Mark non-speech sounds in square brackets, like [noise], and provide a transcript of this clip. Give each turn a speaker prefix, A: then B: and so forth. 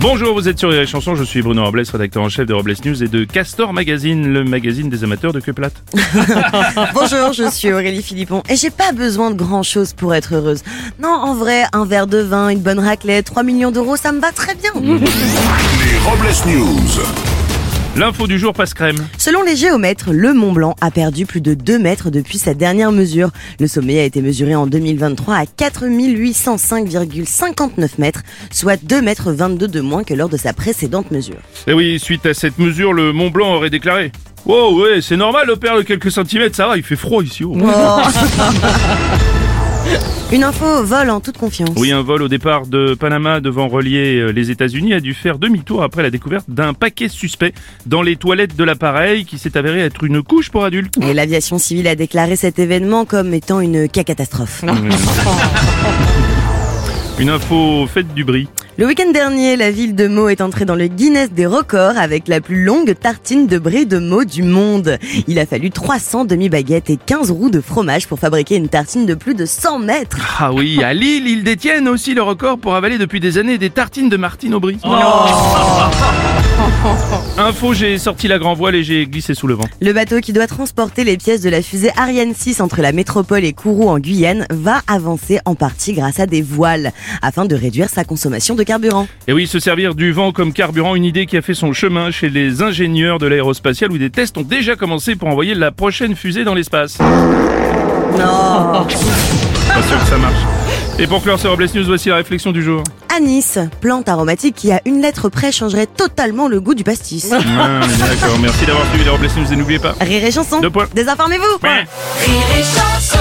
A: Bonjour, vous êtes sur les chansons, je suis Bruno Robles, rédacteur en chef de Robles News et de Castor Magazine, le magazine des amateurs de queue plate.
B: Bonjour, je suis Aurélie Philippon et j'ai pas besoin de grand chose pour être heureuse. Non, en vrai, un verre de vin, une bonne raclette, 3 millions d'euros, ça me va très bien.
C: Les Robles News.
A: L'info du jour passe crème.
B: Selon les géomètres, le Mont Blanc a perdu plus de 2 mètres depuis sa dernière mesure. Le sommet a été mesuré en 2023 à 4805,59 mètres, soit 2 mètres 22 de moins que lors de sa précédente mesure.
A: Et Eh oui, suite à cette mesure, le Mont Blanc aurait déclaré Wow, ouais, c'est normal, on perd de quelques centimètres, ça va, il fait froid ici. oh.
B: Une info vol en toute confiance.
A: Oui, un vol au départ de Panama devant relier euh, les États-Unis a dû faire demi-tour après la découverte d'un paquet suspect dans les toilettes de l'appareil qui s'est avéré être une couche pour
B: [laughs]
A: adultes.
B: Et l'aviation civile a déclaré cet événement comme étant une catastrophe.
A: Une info faite du bris.
B: Le week-end dernier, la ville de Meaux est entrée dans le Guinness des records avec la plus longue tartine de brie de Meaux du monde. Il a fallu 300 demi-baguettes et 15 roues de fromage pour fabriquer une tartine de plus de 100 mètres.
A: Ah oui, à Lille, ils détiennent aussi le record pour avaler depuis des années des tartines de Martine Aubry. [laughs] Info, j'ai sorti la grand voile et j'ai glissé sous le vent.
B: Le bateau qui doit transporter les pièces de la fusée Ariane 6 entre la métropole et Kourou en Guyane va avancer en partie grâce à des voiles afin de réduire sa consommation de carburant.
A: Et oui, se servir du vent comme carburant, une idée qui a fait son chemin chez les ingénieurs de l'aérospatiale où des tests ont déjà commencé pour envoyer la prochaine fusée dans l'espace.
B: Non.
A: Pas sûr que ça marche. Et pour clore ce Robles News, voici la réflexion du jour.
B: À Nice, plante aromatique qui à une lettre près changerait totalement le goût du pastis.
A: [laughs] Ah, mais d'accord, merci d'avoir suivi les Robles News et n'oubliez pas.
B: Rire et chanson.
A: Deux points.
B: Désinformez-vous.
A: Ouais.
D: Rire et chanson